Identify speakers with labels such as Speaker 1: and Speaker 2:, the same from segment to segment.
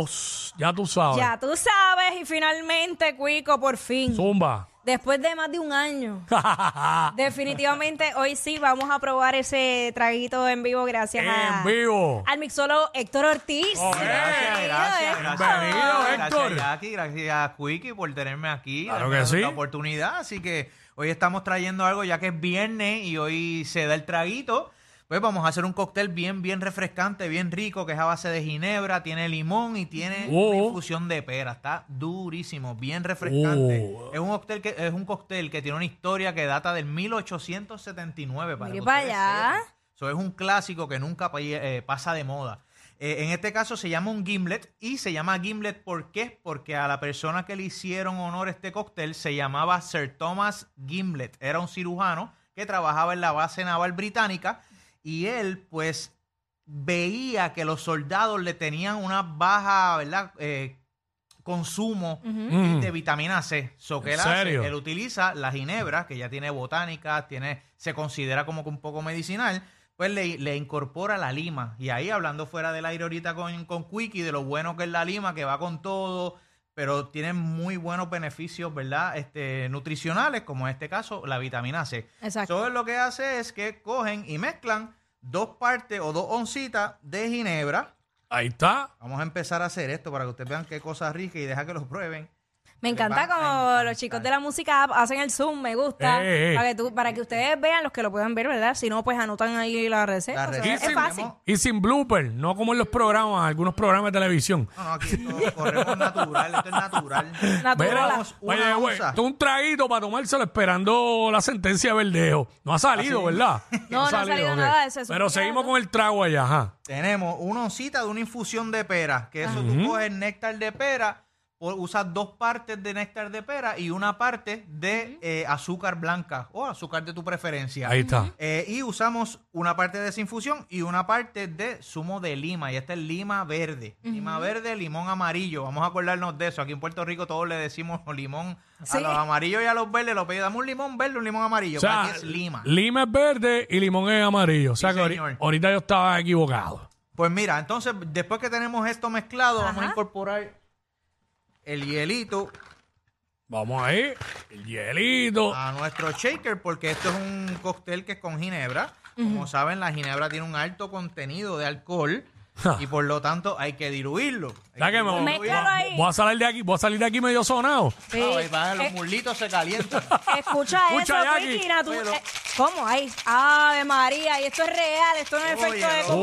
Speaker 1: estamos. Ya tú sabes.
Speaker 2: Ya tú sabes, y finalmente, Cuico, por fin.
Speaker 1: Zumba.
Speaker 2: Después de más de un año. Definitivamente, hoy sí vamos a probar ese traguito en vivo gracias a-
Speaker 1: en vivo.
Speaker 2: al mixólogo Héctor Ortiz.
Speaker 1: Oh,
Speaker 2: Bienvenido,
Speaker 1: eh,
Speaker 3: Gracias, gracias,
Speaker 2: Héctor.
Speaker 3: gracias.
Speaker 1: Bienvenido, eh. Héctor.
Speaker 3: Gracias, Jackie. Gracias a Quickie por tenerme aquí.
Speaker 1: Claro
Speaker 3: darme
Speaker 1: que sí.
Speaker 3: La oportunidad. Así que hoy estamos trayendo algo, ya que es viernes y hoy se da el traguito. Pues vamos a hacer un cóctel bien, bien refrescante, bien rico, que es a base de ginebra, tiene limón y tiene
Speaker 1: Oh.
Speaker 3: una infusión de pera. Está durísimo, bien refrescante.
Speaker 1: Oh.
Speaker 3: Es un cóctel que es un cóctel que tiene una historia que data del 1879 pues, para
Speaker 2: Mire
Speaker 3: que
Speaker 2: para
Speaker 3: ustedes
Speaker 2: allá.
Speaker 3: sepan. So, es un clásico que nunca pa- eh, pasa de moda. Eh, en este caso se llama un gimlet y se llama gimlet ¿por qué? Porque a la persona que le hicieron honor a este cóctel se llamaba Sir Thomas Gimlet. Era un cirujano que trabajaba en la base naval británica y él pues veía que los soldados le tenían una baja, ¿verdad? Eh, consumo
Speaker 1: Mm.
Speaker 3: de vitamina C. So,
Speaker 1: ¿En
Speaker 3: que él, hace?
Speaker 1: serio?
Speaker 3: Él utiliza la ginebra, que ya tiene botánica, tiene, se considera como que un poco medicinal, pues le, le incorpora la lima. Y ahí, hablando fuera del aire ahorita con, con Quickie, de lo bueno que es la lima, que va con todo, pero tiene muy buenos beneficios, ¿verdad? Este, nutricionales, como en este caso, la vitamina C.
Speaker 2: Exacto.
Speaker 3: Entonces lo que hace es que cogen y mezclan dos partes o dos oncitas de ginebra.
Speaker 1: Ahí está.
Speaker 3: Vamos a empezar a hacer esto para que ustedes vean qué cosa rica y deja que los prueben.
Speaker 2: Me
Speaker 3: Les
Speaker 2: encanta
Speaker 3: va a
Speaker 2: como los
Speaker 3: encantar.
Speaker 2: chicos de la música app hacen el Zoom, me gusta.
Speaker 1: Eh, eh.
Speaker 2: Para, que tú- para que ustedes vean, los que lo puedan ver, ¿verdad? Si no, pues anotan ahí la receta.
Speaker 3: La
Speaker 2: o sea,
Speaker 3: receta.
Speaker 2: es fácil.
Speaker 1: Y sin blooper, no como en los programas, algunos programas de televisión.
Speaker 3: No, no, aquí esto corremos natural, esto es natural.
Speaker 2: Natural.
Speaker 1: Mira,
Speaker 3: Vamos, una
Speaker 1: oye, güey,
Speaker 3: onza.
Speaker 1: esto es un traguito para tomárselo esperando la sentencia de verdejo. No ha
Speaker 3: Ah,
Speaker 1: salido, ¿verdad?
Speaker 2: No, no ha salido
Speaker 1: ok.
Speaker 2: nada, se supone
Speaker 1: Pero
Speaker 2: que
Speaker 1: seguimos
Speaker 2: no.
Speaker 1: con el trago allá, ajá.
Speaker 3: Tenemos una oncita de una infusión de pera, que eso tú coges néctar de pera, o- usas dos partes de néctar de pera y una parte de eh, azúcar blanca o azúcar de tu preferencia.
Speaker 1: Ahí está.
Speaker 3: Eh, y usamos una parte de esa infusión y una parte de zumo de lima. Y este es lima verde. Lima verde, limón amarillo. Vamos a acordarnos de eso. Aquí en Puerto Rico todos le decimos limón
Speaker 2: Sí.
Speaker 3: a los amarillos y a los verdes. Lo pedimos un limón verde, un limón amarillo.
Speaker 1: O sea,
Speaker 3: Aquí es lima.
Speaker 1: lima es verde y limón es amarillo. O sea
Speaker 3: Sí,
Speaker 1: que ahori-
Speaker 3: señor.
Speaker 1: ahorita yo estaba equivocado.
Speaker 3: Pues mira, entonces después que tenemos esto mezclado, vamos a
Speaker 2: Ajá.
Speaker 3: incorporar el hielito
Speaker 1: Vamos ahí, el
Speaker 2: Oh.
Speaker 1: hielito.
Speaker 3: a nuestro shaker porque esto es un cóctel que es con ginebra. Como saben, la ginebra tiene un alto contenido de alcohol
Speaker 1: Ja.
Speaker 3: y por lo tanto hay que diluirlo. Hay
Speaker 1: Ya que me-
Speaker 3: diluirlo.
Speaker 1: voy,
Speaker 2: Mézclalo Ah. ahí.
Speaker 1: voy a salir de aquí, voy a salir de aquí medio sonado.
Speaker 2: Sí.
Speaker 3: Ah, ahí va, los
Speaker 2: Eh,
Speaker 3: mulitos se calientan.
Speaker 2: Escucha,
Speaker 1: Escucha,
Speaker 2: eso,
Speaker 1: Jackie.
Speaker 2: Ricky, natu-
Speaker 3: Pero-
Speaker 2: eh, ¿cómo? Ahí. Ave María, y esto es real, esto no es
Speaker 3: Oye,
Speaker 2: efecto de
Speaker 3: no.
Speaker 1: Uh,
Speaker 3: Ahora.
Speaker 1: pégalo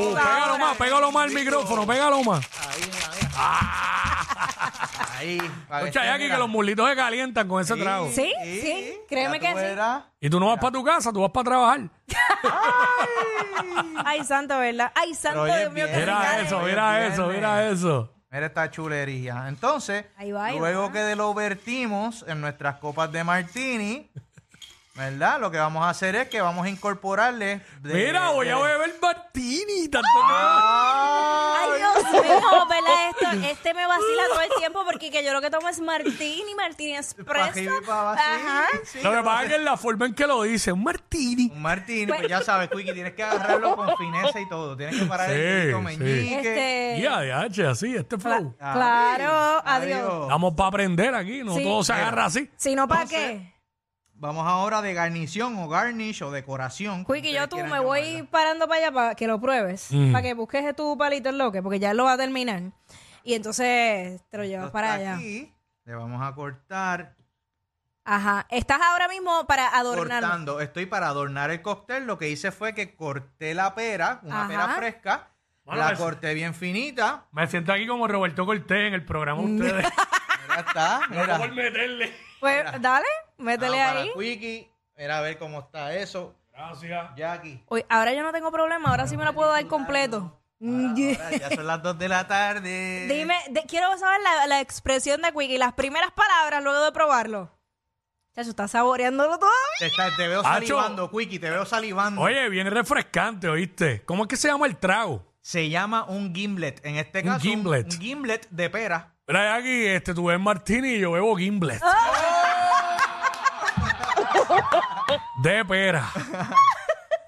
Speaker 2: computadora.
Speaker 1: más, pégalo más al micrófono, pégalo más.
Speaker 3: ahí, ahí. ahí. para
Speaker 1: Escucha,
Speaker 3: que esté,
Speaker 1: Jackie,
Speaker 3: mira.
Speaker 1: que los mulitos se calientan con ese
Speaker 3: Ah. Sí,
Speaker 1: trago.
Speaker 2: Sí, sí, créeme
Speaker 3: ya tú
Speaker 2: que sí.
Speaker 3: verás.
Speaker 1: Y tú no vas para tu casa, tú vas para trabajar.
Speaker 2: Ay, santo, ¿verdad? Ay, santo,
Speaker 3: Pero oye,
Speaker 2: Dios mío,
Speaker 3: bien.
Speaker 2: qué
Speaker 1: Mira
Speaker 2: rica
Speaker 3: Dale,
Speaker 1: eso,
Speaker 3: hoy
Speaker 2: es.
Speaker 3: es
Speaker 1: mira eso,
Speaker 3: viernes.
Speaker 1: mira eso.
Speaker 3: Mira esta chulería. Entonces,
Speaker 2: Ahí va, ahí
Speaker 3: luego
Speaker 2: va.
Speaker 3: que de lo vertimos en nuestras copas de martini, ¿verdad? Lo que vamos a hacer es que vamos a incorporarle. de-
Speaker 1: Mira, voy
Speaker 3: de-
Speaker 1: a beber martini. Tanto
Speaker 3: ¡Ay! Ah.
Speaker 2: Ay, Dios mío, ¿verdad? Esto, este me vacila todo el tiempo porque que yo lo que tomo es martini, martini
Speaker 3: Pa' arriba
Speaker 2: expreso.
Speaker 3: y pa' abajo, sí,
Speaker 2: Ajá.
Speaker 3: sí,
Speaker 1: que- lo que
Speaker 3: yo
Speaker 1: pasa
Speaker 3: sé.
Speaker 1: es que en la forma en que lo dice, un martini.
Speaker 3: Un martini, pues ya sabes, Quickie, tienes que agarrarlo con fineza y todo. Tienes que parar el
Speaker 1: Sí,
Speaker 3: dedito
Speaker 1: sí.
Speaker 3: meñique.
Speaker 2: Pues, oh. Este,
Speaker 1: Ya, de H, así, este flow.
Speaker 3: Ay,
Speaker 2: Claro, adiós.
Speaker 1: Vamos para aprender aquí, no
Speaker 2: Sí.
Speaker 1: todo se agarra así.
Speaker 2: Si no, ¿para
Speaker 3: No sé.
Speaker 2: qué?
Speaker 3: Vamos ahora de garnición o garnish o decoración. como
Speaker 2: Quickie, yo
Speaker 3: ustedes
Speaker 2: tú
Speaker 3: quieran
Speaker 2: me voy
Speaker 3: llamarla.
Speaker 2: parando para allá para que lo pruebes,
Speaker 1: Mm.
Speaker 2: para que busques tu palito en loque, porque ya lo va a terminar. Y entonces te lo llevas
Speaker 3: Esto
Speaker 2: para
Speaker 3: está
Speaker 2: allá.
Speaker 3: Aquí le vamos a cortar
Speaker 2: Ajá. Estás ahora mismo para adornarlo.
Speaker 3: cortando. Estoy para adornar el cóctel. Lo que hice fue que corté la pera, una
Speaker 2: Ajá.
Speaker 3: pera fresca.
Speaker 1: Bueno,
Speaker 3: la
Speaker 1: pues-
Speaker 3: corté bien finita.
Speaker 1: Me siento aquí como Roberto Cortés en el programa
Speaker 2: Mm.
Speaker 1: de ustedes.
Speaker 3: Mira, está. Mira,
Speaker 1: por meterle.
Speaker 2: Pues dale, métele
Speaker 3: Ah, para
Speaker 2: ahí.
Speaker 3: Quickie. Mira a ver cómo está eso.
Speaker 1: Gracias.
Speaker 3: Jackie.
Speaker 2: Oye, ahora yo no tengo problema, ahora sí me lo puedo dar completo.
Speaker 3: Ahora ya son las 2 de la tarde.
Speaker 2: Mm, Dime, de- quiero saber la, la expresión de Quickie, las primeras palabras luego de probarlo. Chacho, está saboreándolo todo.
Speaker 3: Te, está- te veo
Speaker 1: Acho.
Speaker 3: salivando, Quickie. Te veo salivando.
Speaker 1: Oye, bien refrescante, ¿oíste? ¿Cómo es que se llama el trago?
Speaker 3: Se llama un gimlet. En este
Speaker 1: Un
Speaker 3: caso,
Speaker 1: gimlet.
Speaker 3: un gimlet de pera.
Speaker 1: Mira, aquí, este, tú bebes martini y yo bebo gimlet. De pera.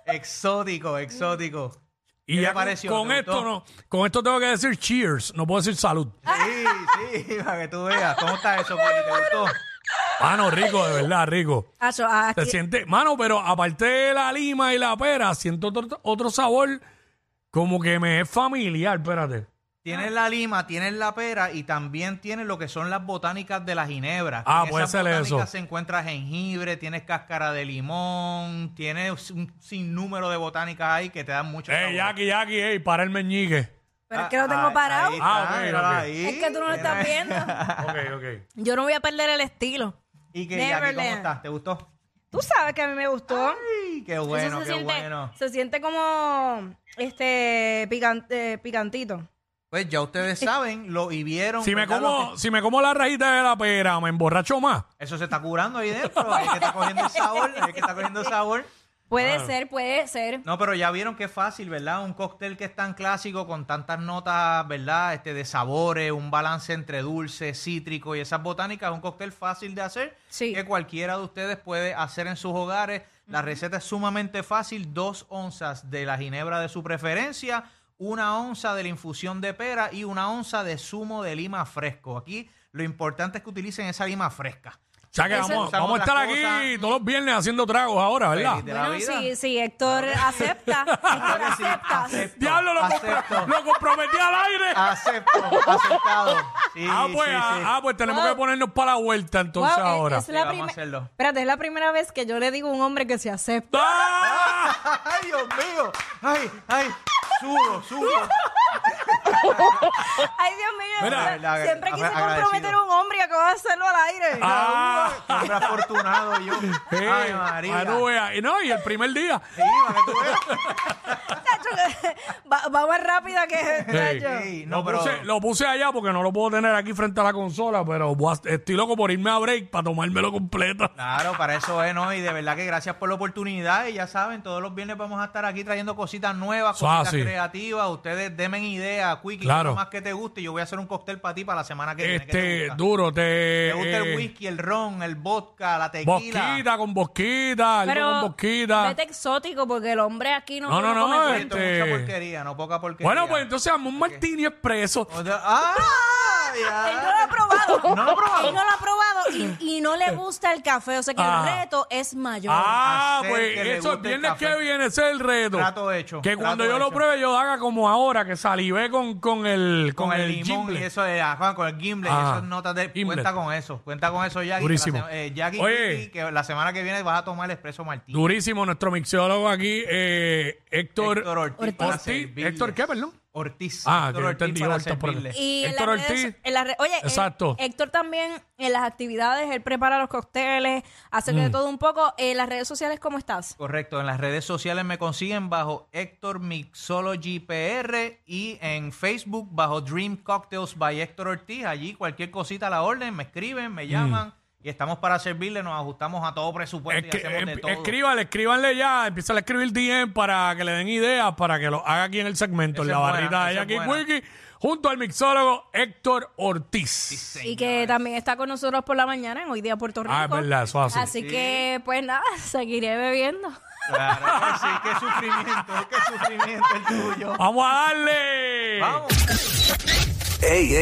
Speaker 3: Exótico, exótico.
Speaker 1: Y
Speaker 3: ¿Qué
Speaker 1: ya
Speaker 3: te pareció?
Speaker 1: con, con
Speaker 3: ¿Te
Speaker 1: esto
Speaker 3: gustó?
Speaker 1: no, con esto tengo que decir cheers, no puedo decir salud.
Speaker 2: Mm.
Speaker 3: Sí, sí, para que tú veas. ¿Cómo está eso, Poli? ¿Te gustó?
Speaker 1: Mano, rico, de verdad, rico.
Speaker 2: Acho, ah,
Speaker 1: Se
Speaker 2: aquí-
Speaker 1: siente, mano, pero aparte de la lima y la pera, siento otro, otro sabor como que me es familiar, espérate.
Speaker 2: Ah.
Speaker 3: Tienes la lima, tienes la pera y también tienes lo que son las botánicas de la ginebra.
Speaker 1: Ah,
Speaker 3: En
Speaker 1: puede
Speaker 3: esas
Speaker 1: ser
Speaker 3: botánicas
Speaker 1: eso.
Speaker 3: se encuentra jengibre, tienes cáscara de limón, tienes un sinnúmero de botánicas ahí que te dan mucho sabor.
Speaker 1: Ey, Jackie, Jackie, ey, para el meñique.
Speaker 2: pero es que lo tengo parado.
Speaker 3: Ahí
Speaker 1: Ah,
Speaker 3: está,
Speaker 1: ok,
Speaker 3: mírala
Speaker 1: ok.
Speaker 3: ahí.
Speaker 2: Es que tú no lo estás viendo.
Speaker 1: Ok, ok.
Speaker 2: Yo no voy a perder el estilo.
Speaker 3: ¿Y que,
Speaker 2: Neverland.
Speaker 3: ¿cómo estás? ¿Te gustó?
Speaker 2: Tú sabes que a mí me gustó.
Speaker 3: Ay, qué bueno,
Speaker 2: Eso
Speaker 3: qué
Speaker 2: se siente,
Speaker 3: bueno.
Speaker 2: Se siente como este pican- eh, picantito.
Speaker 3: Pues ya ustedes saben, lo y vieron.
Speaker 1: Si me,
Speaker 3: ¿verdad?
Speaker 1: como,
Speaker 3: Lo
Speaker 1: si me como la rajita de la pera, me emborracho más.
Speaker 3: que- Eso se está curando ahí dentro. Es que está cogiendo sabor, es que está cogiendo sabor.
Speaker 2: Puede
Speaker 1: Claro.
Speaker 2: ser, puede ser.
Speaker 3: No, pero ya vieron que fácil, ¿verdad? Un cóctel que es tan clásico con tantas notas, ¿verdad? Este de sabores, un balance entre dulce, cítrico y esas botánicas, es un cóctel fácil de hacer
Speaker 2: Sí.
Speaker 3: que cualquiera de ustedes puede hacer en sus hogares. La receta es sumamente fácil, dos onzas de la ginebra de su preferencia, una onza de la infusión de pera y una onza de zumo de lima fresco. Aquí lo importante es que utilicen esa lima fresca.
Speaker 1: O sea que
Speaker 2: Eso-
Speaker 1: vamos, vamos a
Speaker 3: Usamos
Speaker 1: estar
Speaker 3: otras
Speaker 1: aquí
Speaker 3: cosas.
Speaker 1: todos los viernes haciendo tragos ahora, ¿verdad?
Speaker 3: Feliz de la
Speaker 2: Bueno,
Speaker 3: vida.
Speaker 2: si, si Héctor acepta, Héctor
Speaker 3: Ahora sí,
Speaker 2: acepta.
Speaker 3: acepto,
Speaker 1: Diablo, lo, compro-
Speaker 3: acepto.
Speaker 1: lo comprometí al aire.
Speaker 3: Acepto, aceptado. Sí,
Speaker 1: ah, pues,
Speaker 3: sí,
Speaker 1: ah,
Speaker 3: sí.
Speaker 1: ah, pues tenemos
Speaker 2: Wow.
Speaker 1: que ponernos para la vuelta entonces
Speaker 2: Wow, es-
Speaker 1: ahora.
Speaker 2: es la
Speaker 3: Sí, vamos a
Speaker 2: prime-
Speaker 3: hacerlo.
Speaker 2: Espérate, es la primera vez que yo le digo a un hombre que se acepta.
Speaker 1: ¡Ah!
Speaker 3: ¡Ay, Dios mío! ¡Ay, ay! ¡Subo, subo!
Speaker 2: Ay, Dios mío,
Speaker 1: Mira,
Speaker 2: o sea,
Speaker 3: la- la-
Speaker 2: siempre quise
Speaker 3: agradecido.
Speaker 2: comprometer a un hombre y acabo de hacerlo al aire.
Speaker 1: Ah.
Speaker 3: Hombre afortunado yo.
Speaker 1: Sí,
Speaker 3: ¡Ay, María!
Speaker 1: para que tú veas. Y no, y el primer día.
Speaker 3: Sí, para que tú veas.
Speaker 2: Tacho, que- va, va más rápida que este, tacho.
Speaker 3: Ey,
Speaker 1: lo,
Speaker 3: no, pero-
Speaker 1: puse, lo puse allá porque no lo puedo tener aquí frente a la consola, pero voy a- estoy loco por irme a break para tomármelo completo.
Speaker 3: Claro, para eso es, ¿no? Y de verdad que gracias por la oportunidad. Y ya saben, todos los viernes vamos a estar aquí trayendo cositas nuevas,
Speaker 1: Eso
Speaker 3: cositas
Speaker 1: así.
Speaker 3: creativas. Ustedes denme ideas, Quickie,
Speaker 1: Claro.
Speaker 3: lo más que te guste. Yo voy a hacer un cóctel para ti para la semana que viene. ¿Qué te
Speaker 1: Este,
Speaker 3: gusta?
Speaker 1: duro, te. eh,
Speaker 3: ¿Te gusta el whisky, el ron, el vodka, la tequila?
Speaker 1: Bosquita con bosquita, algo con bosquita.
Speaker 2: vete exótico porque el hombre aquí no
Speaker 1: No, no, no,
Speaker 2: come-
Speaker 1: eh.
Speaker 3: Oye, esto es
Speaker 1: Este-
Speaker 3: mucha porquería, no poca porquería.
Speaker 1: Bueno, pues entonces hazme un martini expreso.
Speaker 3: O sea, ¡Ah!
Speaker 2: Él no
Speaker 3: Ya.
Speaker 2: lo ha probado.
Speaker 3: No lo ha probado. Eh.
Speaker 2: Él no lo ha probado y, y no le gusta el café. O sea que
Speaker 1: Ah.
Speaker 2: el reto es mayor.
Speaker 1: Ah,
Speaker 3: hacer
Speaker 1: pues
Speaker 3: que le
Speaker 1: eso el
Speaker 3: guste el
Speaker 1: viernes
Speaker 3: café.
Speaker 1: que viene, ese es el reto.
Speaker 3: Trato hecho,
Speaker 1: Que
Speaker 3: trato
Speaker 1: cuando yo lo
Speaker 3: hecho.
Speaker 1: pruebe, yo haga como ahora, que salivé con, con el
Speaker 3: con, el, limón
Speaker 1: gimble.
Speaker 3: y eso de ajá, con el gimlet
Speaker 1: Ajá.
Speaker 3: y esas notas de
Speaker 1: Gimlet.
Speaker 3: cuenta con eso cuenta con eso Jackie
Speaker 1: Durísimo.
Speaker 3: que la se- eh, Jackie
Speaker 1: Oye.
Speaker 3: Kiki, que la semana que viene vas a tomar el espresso martini
Speaker 1: Durísimo, nuestro mixólogo aquí, eh, Héctor,
Speaker 3: Héctor Ortiz, para servirles.
Speaker 1: Héctor, ¿qué, perdón?
Speaker 3: Ortiz
Speaker 1: Ah,
Speaker 3: Héctor
Speaker 1: que yo
Speaker 3: Ortiz
Speaker 1: entendí,
Speaker 3: para
Speaker 1: Héctor, por acá.
Speaker 3: servirles.
Speaker 2: Y en
Speaker 1: Héctor
Speaker 2: las redes-
Speaker 1: Ortiz.
Speaker 2: en las re- oye, él-
Speaker 1: Exacto.
Speaker 2: Héctor también en las actividades, él prepara los cócteles, hace
Speaker 1: Mm.
Speaker 2: de todo un poco. En las redes sociales, ¿cómo estás?
Speaker 3: correcto en las redes sociales me consiguen bajo Héctor Mixology PR y en Facebook bajo Dream Cocktails by Héctor Ortiz allí cualquier cosita a la orden me escriben
Speaker 1: Mm.
Speaker 3: me llaman y estamos para servirle nos ajustamos a todo presupuesto
Speaker 1: Escri-
Speaker 3: y hacemos de
Speaker 1: em-
Speaker 3: todo
Speaker 1: escríbanle, escríbanle ya, empieza a escribir DM para que le den ideas, para que lo haga aquí en el segmento, en
Speaker 3: Esa
Speaker 1: la
Speaker 3: es buena,
Speaker 1: barrita de
Speaker 3: esa es
Speaker 1: Jackie
Speaker 3: buena.
Speaker 1: Quickie, junto al mixólogo Héctor Ortiz.
Speaker 3: Sí, señor.
Speaker 2: Y que también está con nosotros por la mañana en Hoy Día Puerto Rico.
Speaker 1: Ah, es verdad, eso es así.
Speaker 2: Así que, pues nada, seguiré bebiendo.
Speaker 3: Claro que sí, qué sufrimiento, qué sufrimiento el tuyo.
Speaker 1: Vamos a darle.
Speaker 3: Vamos.
Speaker 4: Ey, ey,